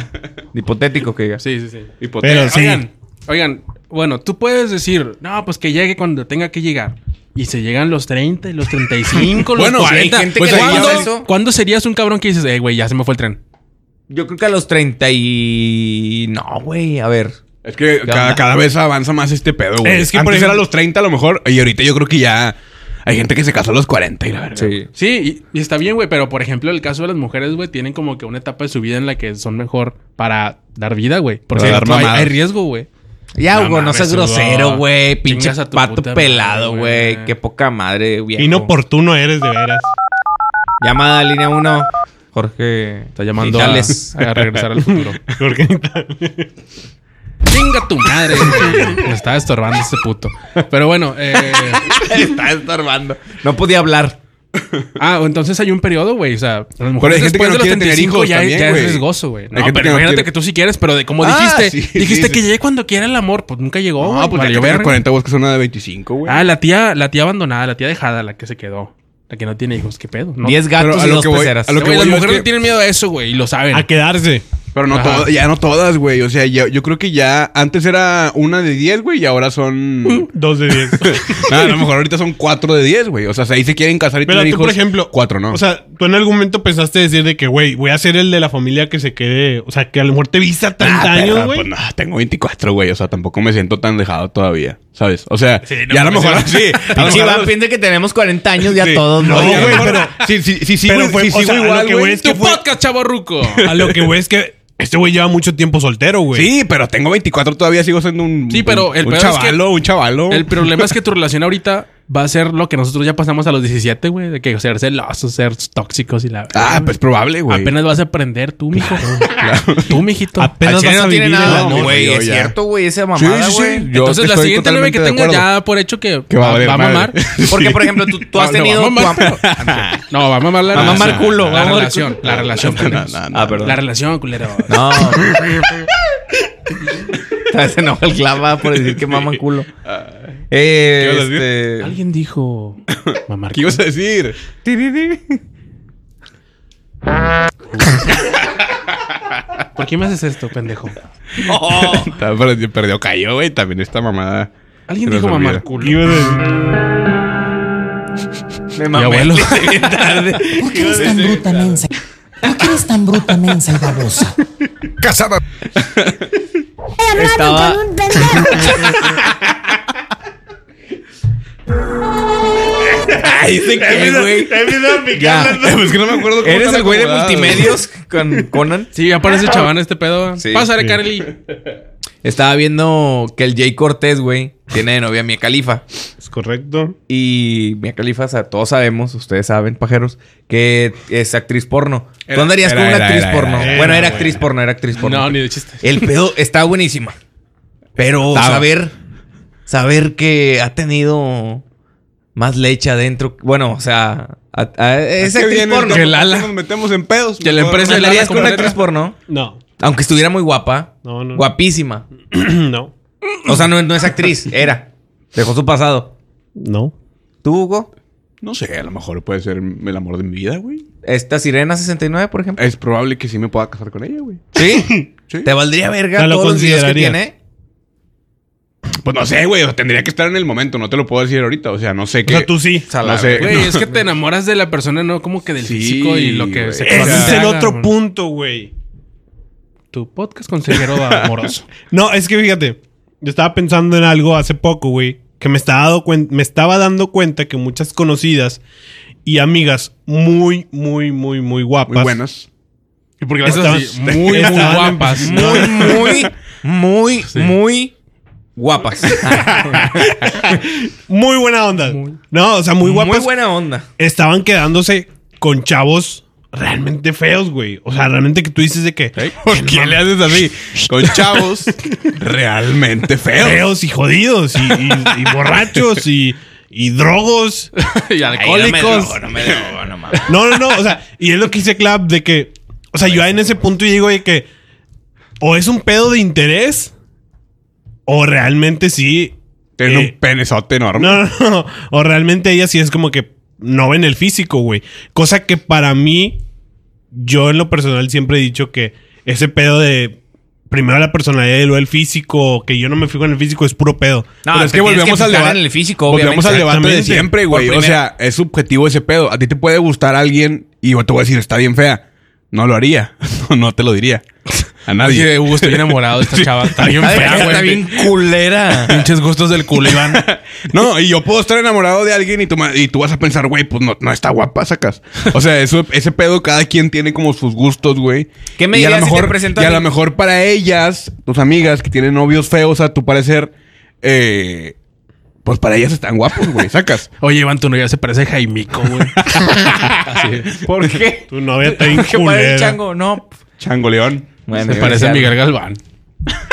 S1: de hipotético que diga.
S3: Sí, sí, sí.
S4: Pero sí.
S3: pues, eh, Oigan, oigan, bueno, tú puedes decir, no, pues que llegue cuando tenga que llegar. Y se llegan los 30, los 35, los
S2: Bueno, hay
S3: 40.
S1: gente
S3: Pues
S1: que le
S3: ¿cuándo,
S1: pasa eso.
S3: cuándo serías un cabrón que dices, eh, güey, ya se me fue el tren?
S1: Yo creo que a los 30 y... No, güey, a ver.
S2: Es que cada,
S1: onda?
S2: cada vez avanza más este pedo, güey.
S4: Es que, por
S2: Antes era a
S4: ejemplo-
S2: los 30 a lo mejor. Y ahorita yo creo que ya hay gente que se casó a los 40 y la verga.
S1: Sí.
S3: Sí, y, y está bien, güey, pero por ejemplo, el caso de las mujeres, güey, tienen como que una etapa de su vida en la que son mejor para dar vida, güey. Porque
S2: Para dar
S3: hay,
S2: mamadas.
S3: hay riesgo, güey.
S1: Ya,
S4: No
S1: Hugo, no
S4: mames,
S1: seas
S4: Hugo.
S1: grosero, güey. Pinche
S3: Chingas a tu
S1: pato
S3: puta
S1: pelado,
S3: madre,
S1: güey.
S3: güey.
S1: Qué poca madre, viejo.
S4: Inoportuno eres, de veras.
S1: Llamada a línea 1. Jorge...
S3: Está llamando a,
S1: Mijales.
S3: a regresar al futuro.
S4: Porque
S3: ¡Chinga tu madre! güey. Me estaba estorbando ese puto. Pero bueno, eh...
S1: Está estorbando. No podía hablar.
S3: Ah, o entonces hay un periodo, güey. O sea, a lo mejor
S2: Pero hay gente
S3: después
S2: que no
S3: de
S2: quiere
S3: los
S2: tener
S3: 35
S2: hijos
S3: ya,
S2: también,
S3: ya es
S2: güey.
S3: riesgoso, güey. No,
S2: gente
S3: pero
S2: que no
S3: imagínate
S2: quiere-
S3: que tú sí quieres, pero de como
S2: Ah,
S3: dijiste,
S2: sí, sí,
S3: dijiste
S2: sí.
S3: que llegue cuando quiera el amor, pues nunca llegó, güey.
S1: Oh,
S2: No, pues
S3: valió
S2: la que tiene
S3: verga.
S2: 40 güey, que son una de 25, güey.
S3: Ah, la tía, la tía abandonada, la tía dejada, la que se quedó. La que no tiene hijos, qué pedo. No,
S1: 10
S2: Pero
S1: gatos
S2: a
S1: y
S2: lo
S1: dos
S2: que voy-
S1: peceras.
S2: a lo que
S3: Güey, las
S2: voy es
S3: mujeres
S2: que-
S3: no tienen miedo a eso, güey, y lo saben.
S4: a quedarse.
S2: Pero no
S3: Ajá.
S2: todas, ya no todas, güey. O sea, ya- yo creo que ya antes era una de 10, güey, y ahora son.
S4: Dos de diez.
S2: Nada, a lo mejor ahorita son 4 de 10, güey. O sea, si ahí se quieren casar y
S4: Pero
S2: tener
S4: tú,
S2: hijos.
S4: por ejemplo,
S2: 4, ¿no?
S4: O sea, tú en algún momento pensaste decir de que, güey, voy a ser el de la familia que se quede. O sea, que a lo mejor te vista 30
S2: Ah,
S4: años,
S2: perra,
S4: güey.
S2: Pues no, tengo 24, güey. O sea, tampoco me siento tan dejado todavía, ¿sabes? O sea,
S4: Sí, no
S2: ya a lo
S4: mames,
S2: mejor
S4: sí.
S2: sí. a lo
S1: Pinche
S2: mejor a
S1: Iván
S2: los-
S1: piensa que tenemos 40 años ya
S2: sí.
S1: todos,
S2: No,
S1: ¿no?
S4: güey,
S2: güey,
S4: pero-
S2: pero. Sí, sí, sí, sí,
S4: pero
S2: güey,
S4: fue-
S2: sí,
S4: o
S2: sigo
S4: sea, a lo
S2: igual,
S4: que voy
S2: güey.
S4: es
S3: Tu
S4: que fue-
S3: podcast, chavo ruco.
S4: A lo que, güey, es que este güey lleva mucho tiempo soltero, güey.
S2: Sí, pero tengo 24 todavía, sigo siendo un.
S3: Sí, pero el
S2: un
S3: peor es que-
S2: chavalo, un chavalo.
S3: El problema es que tu relación ahorita va a ser lo que nosotros ya pasamos a los 17, güey. De que ser celosos, ser tóxicos y la...
S2: Ah, pues probable, güey.
S3: Apenas vas a aprender tú, mijo. Tú, mijito.
S1: Al
S4: Apenas
S1: chile
S4: vas a
S1: no tiene
S4: vivir en la
S1: nada,
S2: novia,
S4: nube.
S1: güey.
S2: yo
S1: Es
S2: ya.
S1: cierto, güey. Esa
S2: Sí,
S1: mamada,
S2: sí, sí,
S1: güey.
S2: yo
S3: Entonces, la
S2: estoy
S3: siguiente novia que
S2: totalmente de
S3: tengas
S2: acuerdo.
S3: ya por hecho que,
S2: Que va a
S3: va,
S2: valer
S3: va a
S2: madre.
S3: mamar.
S1: Porque, por ejemplo, tú, tú has
S2: Ah,
S3: No, no,
S1: tenido...
S3: va a
S1: tu am-
S3: mamar. No, va a mamar la
S1: Va a mamar
S3: relación.
S1: culo, va
S3: La
S1: a mamar
S3: relación.
S1: culo.
S3: La relación.
S2: No, no,
S3: culeros.
S2: no, no.
S1: Ah, perdón.
S3: La relación, culero.
S1: No. se enoja el clava por decir que maman culo.
S2: Ah. ¿qué
S1: Eh,
S2: ibas a
S1: este...
S3: Alguien dijo mamar
S2: ¿Qué
S3: culo.
S2: ibas a decir?
S3: ¿Por qué me haces esto, pendejo?
S2: Está- Perdió, perdió cayó, güey. También esta mamada.
S3: Alguien
S2: Se nos
S3: dijo
S2: olvida.
S3: mamar culo.
S4: Iba de-
S1: Me
S3: Mi abuelo.
S6: ¿Por qué eres tan bruta, mensa? ¿Por qué eres tan bruta, mensa y babosa?
S2: Casada.
S1: Estaba... Ay, ¿de qué, güey? Ya.
S2: Es que no me acuerdo cómo
S1: ¿Eres
S2: están
S1: el güey de
S2: acomodados.
S1: multimedios con Conan?
S3: Sí, ya parece chaván este pedo.
S1: Sí.
S3: Pásale, Carly.
S1: Estaba viendo que el Jay Cortés, güey, tiene de novia a Mia Califa.
S4: correcto.
S1: Y Mia Khalifa, o sea, todos sabemos, ustedes saben, pajeros, que es actriz porno. ¿Tú
S2: Era-
S1: andarías
S2: era-
S1: con una
S2: era-
S1: actriz
S2: era-
S1: porno?
S2: era-
S1: bueno, era actriz porno, era actriz porno.
S3: No, ni de chiste.
S1: El pedo está buenísima. Pero
S2: Estaba.
S1: saber saber que ha tenido más leche adentro. Bueno, o sea, a- a- es
S2: ¿Qué
S1: actriz
S2: viene
S1: porno.
S2: el-
S3: Que Lala.
S2: Nos metemos en pedos.
S3: Que la
S2: mejor.
S3: empresa-
S1: ¿Andarías con una
S3: completa.
S1: actriz porno?
S4: No,
S1: Aunque estuviera muy guapa.
S4: No, no.
S1: Guapísima.
S4: no,
S1: O sea, no, no es actriz, era. Dejó su pasado.
S4: no.
S1: ¿Tú, Hugo?
S2: No sé, a lo mejor puede ser el amor de mi vida, güey.
S1: ¿Esta Sirena 69, por ejemplo?
S2: Es probable que sí me pueda casar con ella, güey.
S1: ¿Sí?
S2: Sí.
S1: ¿Te valdría verga
S4: O sea, lo
S1: todos los videos que
S4: considerarías.
S1: tiene?
S2: Pues no sé, güey. o sea, tendría que estar en el momento. No te lo puedo decir ahorita. O sea, no sé
S4: O
S2: qué.
S4: sea, tú sí.
S1: sea,
S2: no
S1: la-
S2: sé.
S3: Güey,
S2: Eh, no.
S3: es que te enamoras de la persona, no como que del
S2: Sí,
S3: físico y lo que
S2: güey.
S3: se
S4: Ese es el
S3: haga,
S4: otro
S3: güey.
S4: punto, güey.
S3: Tu podcast consejero amoroso.
S4: No, es que fíjate, yo estaba pensando en algo hace poco, güey, que me estaba, dado cuen- me estaba dando cuenta que muchas conocidas y amigas muy, muy, muy, muy guapas.
S2: Muy buenas.
S3: Y porque
S4: Eso
S3: las
S4: sí,
S3: muy, muy
S4: estaban-
S3: guapas.
S1: Muy, muy, muy,
S3: Sí.
S1: muy guapas.
S4: Muy buena onda. No, o sea, muy guapas.
S1: Muy buena onda.
S4: Estaban quedándose con chavos realmente feos, güey. O sea, realmente que tú dices de que
S2: ¿Por qué le haces así? Con chavos realmente feos.
S4: feos y jodidos y, y- y borrachos y, y drogos.
S3: y alcohólicos.
S1: No me drogo, no mames.
S4: No, no, no. O sea, y es lo que dice Clap de que. O sea, yo en ese punto digo de que. O es un pedo de interés. O realmente sí.
S2: Tienen
S4: Eh,
S2: un penezote enorme.
S4: No, no, no. O realmente ella sí es como que no ven el físico, güey. Cosa que para mí. Yo en lo personal siempre he dicho que ese pedo de. Primero la personalidad y luego el físico. Que yo no me fijo en el físico es puro pedo.
S1: No,
S2: Pero es
S1: te
S2: que
S1: tienes
S2: volvemos al
S1: fijar
S2: debate.
S1: en el físico,
S2: Volvemos
S1: obviamente.
S2: al debate de
S4: Exactamente.
S2: siempre, güey.
S1: Por
S2: O sea, es subjetivo ese pedo. A ti te puede gustar alguien y yo te voy a decir, está bien fea. No lo haría. No, no te lo diría. A
S3: Oye,
S2: nadie.
S3: Hugo, estoy enamorado de esta chava. Está bien
S1: Ay,
S3: fea,
S1: Está
S3: güey.
S1: bien culera.
S3: Pinches gustos del culo, Iván.
S2: No, y yo puedo estar enamorado de alguien y tú, ma- y tú vas a pensar, güey, pues no, no está guapa, sacas. O sea, eso, ese pedo cada quien tiene como sus gustos, güey.
S1: ¿Qué me
S2: y a lo
S1: dirías si te
S2: mejor,
S1: presentan-
S2: Y a lo mejor para ellas, tus amigas que tienen novios feos, a tu parecer, eh, pues para ellas están guapos, güey, sacas.
S3: Oye, Iván, tu novia se parece a Jaimico, güey.
S1: ¿Por qué?
S4: Tu novia está bien
S1: ¿Qué parece
S4: culera.
S1: el chango? No.
S2: Changoleón.
S1: Bueno,
S3: Se parece a Miguel Galván.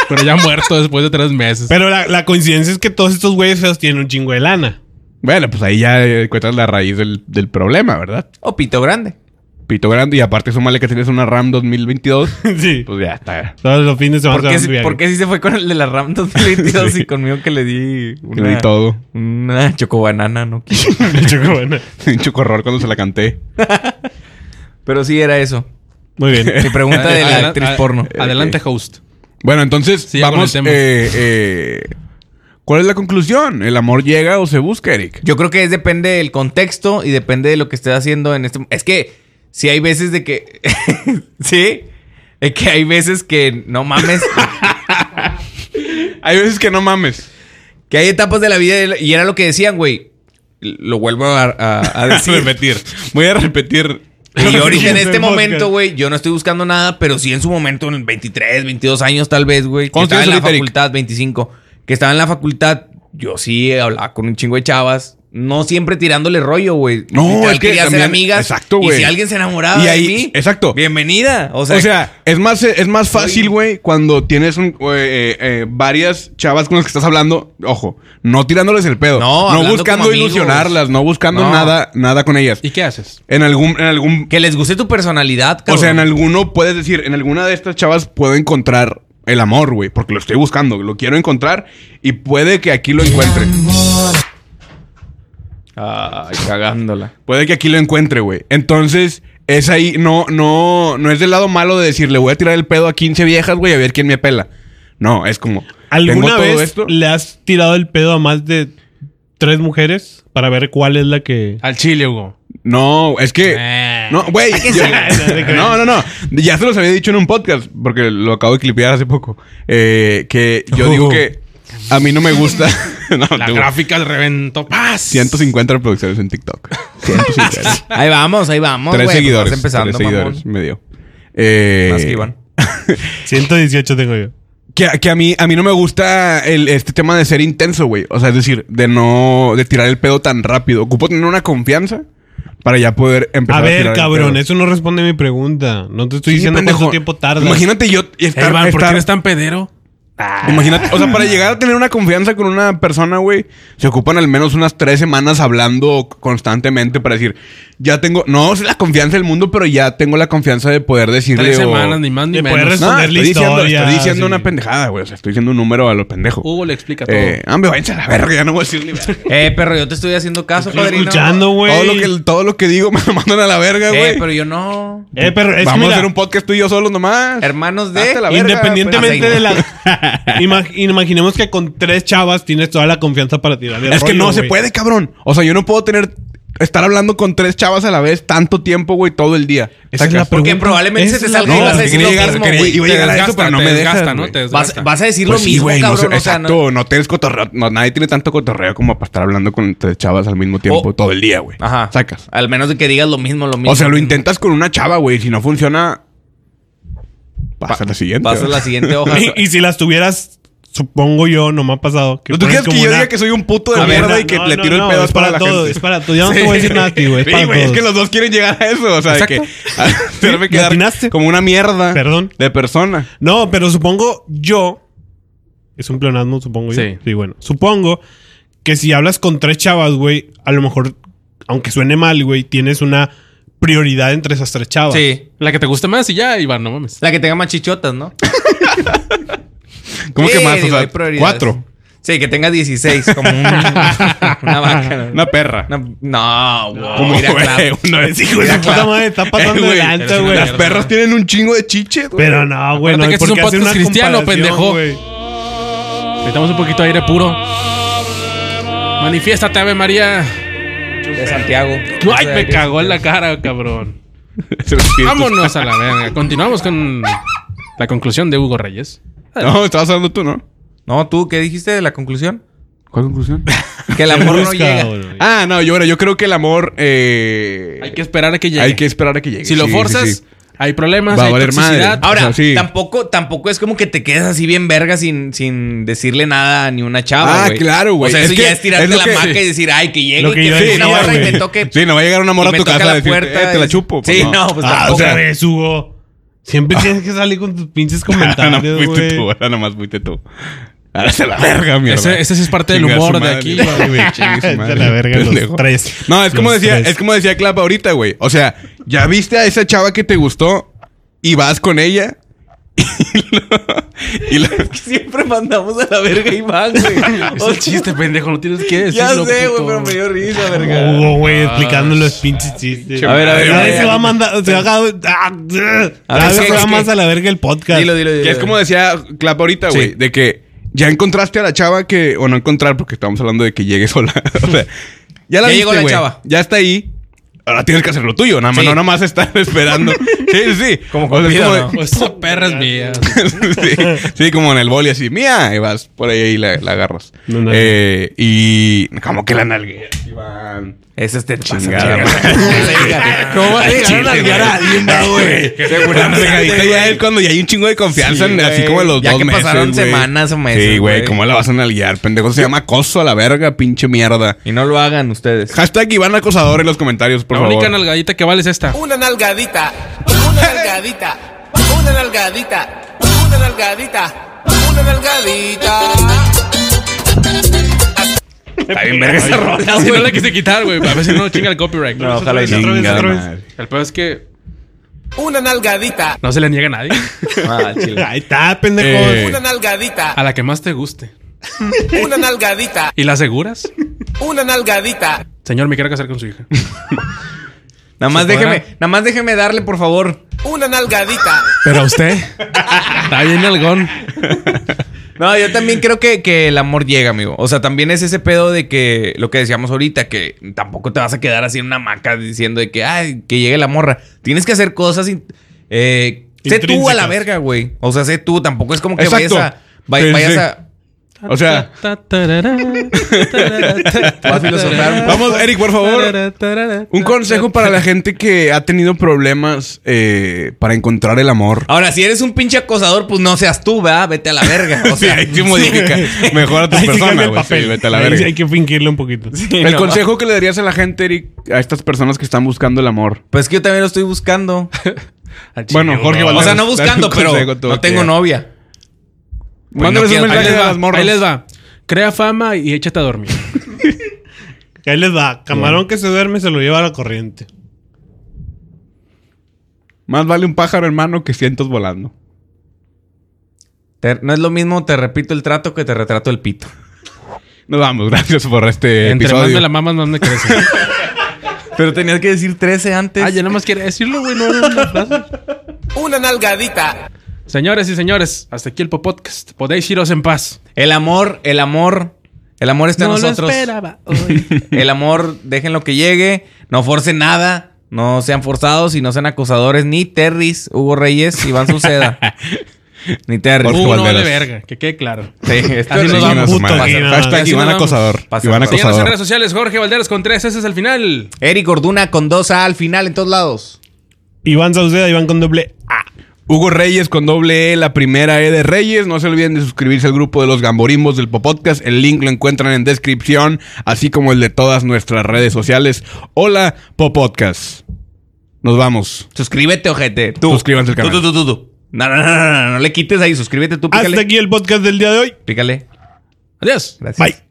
S3: Pero ya muerto después de tres meses.
S4: Pero la, la coincidencia es que todos estos güeyes feos tienen un chingo de lana.
S2: Bueno, pues ahí ya eh, encuentras la raíz del, del problema, ¿verdad?
S1: O Pito Grande.
S2: Pito grande y aparte súmale que tienes una RAM 2022,
S4: sí.
S2: pues ya está.
S4: Todos los fines de semana
S1: ¿Por qué,
S4: se
S1: si,
S4: van
S1: por qué si se fue con el de la RAM 2022 y conmigo que le di
S2: Que le di todo.
S1: Una chocobanana, no quiero.
S4: de viaje. Chico, bueno.
S2: Un chocorror cuando se la canté.
S1: Pero sí era eso.
S4: Muy bien.
S1: Mi pregunta de la
S3: Adela-
S1: actriz
S3: a-
S1: porno.
S3: Adelante, host.
S2: Bueno, entonces
S3: Sigue con
S2: vamos.
S3: el tema.
S2: eh, eh, ¿Cuál es la conclusión? ¿El amor llega o se busca, Eric?
S1: Yo creo que es depende del contexto y depende de lo que estés haciendo en este. Es que si hay veces de que. sí. Es que hay veces que no mames.
S2: Hay veces que no mames.
S1: que hay etapas de la vida y era lo que decían, güey. Lo vuelvo a, a- a decir.
S2: repetir. Voy a repetir.
S1: Y yo ahorita en
S4: Sí,
S1: este
S4: en
S1: momento,
S4: podcast.
S1: güey, yo no estoy buscando nada, pero sí en su momento, en 23, 22 años tal vez, güey, que
S2: ¿Cuántos
S1: estaba en la
S2: tienes ahorita, Eric?
S1: facultad, 25, que estaba en la facultad, yo sí hablaba con un chingo de chavas, no siempre tirándole rollo, güey.
S2: No,
S1: Literal,
S2: es que
S1: quería ser
S2: también-
S1: amigas.
S2: exacto,
S1: Y
S2: güey.
S1: si alguien se enamoraba
S2: Y
S1: de
S2: ahí-
S1: mí,
S2: exacto.
S1: bienvenida. O
S2: O
S1: sea,
S2: sea, es, más, eh, es más fácil, güey, cuando tienes un, eh, eh, eh, varias chavas con las que estás hablando. Ojo, no tirándoles el pedo.
S1: No, hablando
S2: buscando
S1: como amigos.
S2: ilusionarlas, no buscando
S1: No.
S2: nada, nada con ellas.
S3: ¿Y qué haces?
S2: En algún, en algún
S1: que les guste tu personalidad,
S2: O sea, en
S1: cabrón.
S2: alguno puedes decir, en alguna de estas chavas puedo encontrar el amor, güey, porque lo estoy buscando, lo quiero encontrar y puede que aquí lo encuentre.
S1: Ay, cagándola.
S2: Puede que aquí lo encuentre, güey. Entonces, es ahí, no, no, no es del lado malo de decir, le voy a tirar el pedo a 15 viejas, güey, a ver quién me pela. No, es como,
S4: ¿Alguna
S2: tengo todo
S4: vez
S2: esto.
S4: le has tirado el pedo a más de tres mujeres para ver cuál es la que.
S3: Al chile, Hugo.
S2: No, es que.
S3: Eh.
S2: No, güey. yo- No, no, no. Ya se los había dicho en un podcast, porque lo acabo de clipear hace poco. eh, que yo digo
S4: Oh.
S2: que a mí no me gusta. no,
S3: La
S2: tú-
S3: gráfica reventó. ¡Paz!
S2: 150 reproducciones en TikTok. 150.
S1: Ahí vamos, ahí vamos,
S2: tres
S1: güey. pues
S2: seguidores.
S1: vas empezando,
S2: tres seguidores
S1: mamón.
S2: me dio. Eh,
S1: Más que Iván.
S4: 118 tengo yo.
S2: Que, a- que a mí a mí no me gusta el, este tema de ser intenso, güey. O sea, es decir, de no de tirar el pedo tan rápido. Ocupo tener una confianza para ya poder
S4: A
S2: empezar a, tirar
S4: ver,
S2: el
S4: cabrón,
S2: pedo.
S4: eso no responde a mi pregunta. No te estoy
S2: Sí,
S4: diciendo
S2: pendejo.
S4: cuánto tiempo tardas.
S2: Imagínate yo estar,
S3: Ey, Iván, ¿por qué
S2: estar-
S3: eres tan pedero?
S2: Imagínate, o sea, para llegar a tener una confianza con una persona, güey, se ocupan al menos unas tres semanas hablando constantemente para decir, ya tengo, no es la confianza del mundo, pero ya tengo la confianza de poder decirle.
S3: Tres
S2: o-
S3: semanas, ni más ni
S4: De
S3: menos.
S4: poder
S2: No,
S4: Ponerle
S2: estoy diciendo,
S4: historia,
S2: estoy diciendo
S4: sí.
S2: una pendejada, güey. O sea, estoy diciendo un número a los pendejos.
S3: Hugo le explica todo.
S2: eh, hombre, váyanse a la verga, ya no voy a decir ni verga.
S1: Eh, perro, yo te estoy haciendo caso,
S4: Estoy
S1: padrino.
S4: escuchando, güey.
S2: Todo lo, que, todo lo que digo me lo mandan a la verga,
S1: Eh,
S2: güey.
S1: pero yo no.
S4: Eh, pero es
S2: Vamos
S4: mira,
S2: a hacer un podcast tú y yo solos nomás.
S1: Hermanos de.
S2: Hazte la verga,
S4: Independientemente
S1: pues.
S4: de la. Ima- imaginemos que con tres chavas tienes toda la confianza para tirar el
S2: Es que
S4: rollo,
S2: no se
S4: güey.
S2: puede, cabrón. O sea, yo no puedo tener. Estar hablando con tres chavas a la vez tanto tiempo, güey, todo el día.
S4: Esa es
S2: Sacas.
S4: la
S1: Porque
S4: pregunta.
S1: probablemente
S4: Esa
S1: se te
S4: es la
S1: salga y
S2: No,
S1: vas a
S2: porque
S1: decir
S2: quería
S1: lo
S2: llegar-
S1: mismo,
S2: quería-
S1: güey.
S2: iba a
S3: Te
S2: llegar a eso,
S3: desgasta,
S2: pero no
S3: te
S2: me
S3: desgasta,
S2: dejas,
S3: ¿no?
S2: güey.
S3: Te desgasta.
S1: Vas, vas a decir
S2: Pues
S1: lo
S2: sí,
S1: mismo,
S2: güey, no sé,
S1: cabrón. o sea,
S2: exacto,
S1: no.
S2: no, tienes cotorreo. No, nadie tiene tanto cotorreo como para estar hablando con tres chavas al mismo tiempo
S1: O-
S2: todo el día, güey.
S1: Ajá.
S2: Sacas.
S1: Al menos de que digas lo mismo, lo mismo.
S2: O sea, lo
S1: mismo.
S2: intentas con una chava, güey. Si no funciona, pasa la siguiente.
S1: Pasa
S2: güey.
S1: la siguiente hoja.
S4: Y, y si las tuvieras, supongo yo, no me ha pasado.
S2: ¿No tú
S4: pones
S2: crees que
S4: como
S2: yo
S4: una-
S2: diga que soy un puto de
S4: A ver,
S2: mierda
S4: no,
S2: y que
S4: no,
S2: le
S4: no,
S2: tiro
S4: no,
S2: el pedo
S4: es
S2: a
S4: para
S2: toda la
S4: todo,
S2: gente?
S4: es para todo. Ya no te voy a decir nada a ti, güey, es
S2: Sí,
S4: para
S2: güey, es
S4: todos.
S2: que los dos quieren llegar a eso. O sea, de que ah, se debe
S4: ¿Le atinaste?
S2: quedar como una mierda
S4: Perdón.
S2: de persona.
S4: No, pero supongo yo. Es un pleonasmo, supongo yo.
S3: Sí.
S4: Sí, bueno. Supongo que si hablas con tres chavas, güey, a lo mejor, aunque suene mal, güey, tienes una prioridad entre esas tres chavas.
S1: Sí.
S3: La que te guste más y ya, Iván, no mames.
S1: La que tenga más chichotas, ¿no?
S2: ¿Cómo que
S1: Sí,
S2: más?
S1: digo, hay
S2: O sea,
S1: prioridades.
S2: cuatro.
S1: Sí, que tenga 16, como un- una vaca.
S2: Una perra.
S1: Una- No, güey.
S2: Como,
S1: mira,
S2: güey,
S1: claro.
S2: uno es hijo de
S4: Esa
S2: la
S4: puta madre está pasando
S2: Eh,
S4: de
S2: güey,
S4: lanza, güey.
S2: Las perras tienen un chingo de chiches, güey.
S4: Pero no, güey,
S3: Acuérdate
S4: no hay
S3: que este
S4: por
S3: es
S4: qué
S3: un
S4: hacer
S3: podcast
S4: una
S3: cristiano,
S4: comparación,
S3: pendejo.
S4: güey.
S3: Necesitamos un poquito de aire puro. Manifiéstate, Ave María.
S1: De Santiago.
S3: Ay, me cagó en la cara, cabrón.
S2: Es el espíritu.
S3: Vámonos a la verga. Continuamos con la conclusión de Hugo Reyes.
S2: No, estabas hablando tú, ¿no?
S1: No, tú, ¿qué dijiste de la conclusión?
S2: ¿Cuál conclusión?
S1: Que el amor no
S4: Busca,
S1: llega.
S4: güey.
S2: ah, no, yo, yo creo que el amor. eh,
S3: Hay que esperar a que llegue.
S2: hay que esperar a que llegue.
S3: si lo
S2: Sí,
S3: forzas,
S2: sí, sí.
S3: hay problemas,
S2: Va a
S3: hay
S2: valer madre.
S3: toxicidad.
S1: Ahora,
S2: O sea, sí.
S1: tampoco, tampoco es como que te quedes así bien verga sin, sin decirle nada a ni una chava.
S2: Ah,
S1: güey.
S2: claro, güey.
S1: O sea,
S2: Es
S1: eso
S2: que
S1: ya es tirarte
S2: es lo
S1: la
S2: que-
S1: maca
S2: sí.
S1: y decir, ay, que llegue,
S4: Lo que
S1: que,
S4: yo
S1: venga
S4: decía,
S1: una barra y
S4: güey.
S1: me toque.
S2: Sí, no va a llegar un amor
S1: y
S2: a
S1: me
S2: tu
S1: toca
S2: casa
S1: la
S2: a decirte,
S1: puerta,
S2: "Eh, te la
S1: es-
S2: chupo.
S1: Sí, no, pues
S4: Ah,
S1: tampoco.
S4: otra vez, Hugo. Siempre tienes que salir con tus pinches
S2: Ah, no
S4: comentarios,
S2: fuiste tú,
S4: güey.
S2: ahora nomás fuiste tú. Ahora se la verga, mierda.
S3: Ese- ese sí es parte del
S2: Chinga
S3: humor de
S2: su madre,
S3: aquí,
S2: güey. Chinga su
S4: De
S2: madre,
S4: la verga
S2: pendejo.
S4: los tres.
S2: No, es como
S4: Los
S2: decía,
S4: tres.
S2: es como decía Clap ahorita, güey. O sea, ya viste a esa chava que te gustó y vas con ella. Y lo- y lo-
S1: Siempre mandamos a la verga y van, güey.
S3: Es un chiste, pendejo. No tienes que
S1: Ya
S3: decirlo.
S1: sé, güey,
S3: puto.
S1: pero me dio risa, verga.
S4: Hugo, güey, explicando los pinches chistes.
S1: A ver, a ver, a
S4: Nadie
S1: ver,
S4: se va
S1: a
S4: a mandar. Se va a. ah, Cada
S1: es que-
S4: vez se
S1: es
S4: va
S1: que-
S4: más a la verga el podcast.
S1: Dilo, dilo, dilo.
S2: que es como decía Clap ahorita, güey, de que ya encontraste a la chava que o no encontrar porque estamos hablando de que llegue sola. o sea, ya
S1: Ya
S2: la viste,
S1: llegó la
S2: güey.
S1: chava.
S2: Ya está ahí. Ahora tienes que hacer lo tuyo, nada más,
S1: Sí.
S2: no nada más estar esperando. sí, sí, sí.
S1: Como
S2: O sea, es
S1: Cupido,
S2: como-
S1: ¿no?
S3: Pues esa perra es mía.
S2: sí, sí, como en el boli así, mía, y vas por ahí y la, la agarras.
S4: No, no,
S2: Eh, y como que la nalgué, Iván.
S1: Ese es este
S2: Chingada, madre.
S1: ¿Cómo va a
S2: Al
S1: llegar a
S2: chile,
S1: nalguear a
S2: güey.
S1: alguien, va, güey?
S2: Seguramente regadita ya es cuando ya hay un chingo de confianza,
S1: Sí,
S2: en- así
S1: güey.
S2: como los
S1: Ya
S2: dos
S1: que
S2: meses.
S1: pasaron
S2: güey.
S1: semanas o meses,
S2: Sí, güey,
S1: güey.
S2: ¿cómo la vas a nalguear? Pendejo, se llama acoso a la verga, pinche mierda.
S1: Y no lo hagan ustedes.
S2: Hashtag Iván Acosador en los comentarios, por
S3: La única
S2: favor.
S3: nalgadita que vale es esta.
S7: Una nalgadita, una nalgadita, una nalgadita, una nalgadita, una nalgadita.
S2: Está bien verga esa rola.
S3: Si no la quise quitar, güey. A veces no chinga el copyright.
S1: No, ojalá y no.
S2: Chingada madre.
S3: El peor es que
S7: Una nalgadita,
S3: no se le niega a nadie.
S1: Ah, chile.
S4: Ahí está, pendejo.
S2: Eh,
S7: una nalgadita,
S3: A la que más te guste.
S7: una nalgadita,
S3: ¿Y la aseguras?
S7: una nalgadita.
S3: Señor, me quiero casar con su hija.
S1: Nada más
S3: ¿Se podrá?
S1: déjeme, nada más déjeme darle, por favor.
S7: Una nalgadita,
S3: Pero usted está bien algón.
S1: No, yo también creo que, que el amor llega, amigo. O sea, también es ese pedo de que lo que decíamos ahorita, que tampoco te vas a quedar así en una hamaca diciendo de que, ay, que llegue la morra. Tienes que hacer cosas. in- eh, sé tú a la
S4: Intrínsecas.
S1: verga, güey. O sea, sé tú. Tampoco es como que
S2: Exacto.
S1: vayas a. va-
S2: Sí,
S1: vayas
S2: sí.
S1: a.
S2: O sea,
S1: Va a filosofar.
S2: vamos, Eric, por favor. Un consejo para la gente que ha tenido problemas eh, para encontrar el amor.
S1: Ahora, si eres un pinche acosador, pues no seas tú, ¿verdad? Vete a la verga. O sea,
S2: sí modifica. Mejor a tu
S4: Ahí sí cambia
S2: persona,
S4: el
S2: güey. Sí,
S4: papel.
S2: vete a la
S4: Ahí
S2: verga.
S4: sí hay que fingirle un poquito.
S2: El consejo que le darías a la gente, Eric, a estas personas que están buscando el amor.
S1: pues que yo también lo estoy buscando.
S2: Bueno, Jorge
S1: O
S2: Valero,
S1: sea, no
S2: dale un
S1: buscando, pero
S2: consejo tú,
S1: no
S2: que-
S1: tengo novia.
S2: Pues Mándales
S1: no
S2: un
S1: quiero-
S2: mensaje
S1: ahí les
S2: a
S1: va,
S2: las morras.
S3: Ahí les va. Crea fama y échate a dormir.
S4: Ahí les va. Camarón que se duerme se lo lleva a la corriente.
S2: Más vale un pájaro, hermano, que cientos volando.
S1: Te- no es lo mismo, te repito el trato que te retrato el pito.
S2: Nos vamos. Gracias por este
S3: Entre más
S2: episodio.
S3: me la mamas, más me crece.
S1: Pero tenías que decir 13 antes.
S3: ah, yo nada más quiero decirlo, güey. No era una frase.
S7: Una nalgadita.
S3: Señores y señores, hasta aquí el podcast. Podéis iros en paz.
S1: El amor, el amor. El amor está en nosotros.
S3: hoy.
S1: El amor, déjenlo que llegue. No forcen nada. No sean forzados y no sean acosadores. Ni Terris, Hugo Reyes, Iván Suceda. ni Terris.
S2: Jorge
S3: Uh, no vale
S2: Banderas.
S3: verga, que quede claro.
S1: Sí, esto
S3: Así
S1: es-
S3: nos vamos.
S2: Chinga Este su madre.
S4: Puto, aquí nada más.
S2: Hashtag
S3: Así
S2: Iván
S3: nos vamos.
S2: Acosador.
S1: Pasa,
S2: Iván
S1: pasa.
S3: Síganos en
S2: Acosador.
S3: redes sociales, Jorge Valderas con tres S al final.
S1: Eric Orduna con dos A al final en todos lados.
S4: Iván Sauceda, Iván con doble A.
S2: Hugo Reyes con doble E, la primera E de Reyes. No se olviden de suscribirse al grupo de los Gamborimbos del Popodcast. El link lo encuentran en descripción, así como el de todas nuestras redes sociales. Hola, Popodcast. Nos vamos.
S1: Suscríbete, ojete. Tú.
S2: Suscríbanse al canal.
S1: Tú, tú, tú, tú, tú. No, no, no, no, no, no le quites ahí. Suscríbete tú, pícale.
S4: Hasta aquí el podcast del día de hoy.
S1: Pícale.
S3: Adiós.
S1: Gracias.
S4: Bye.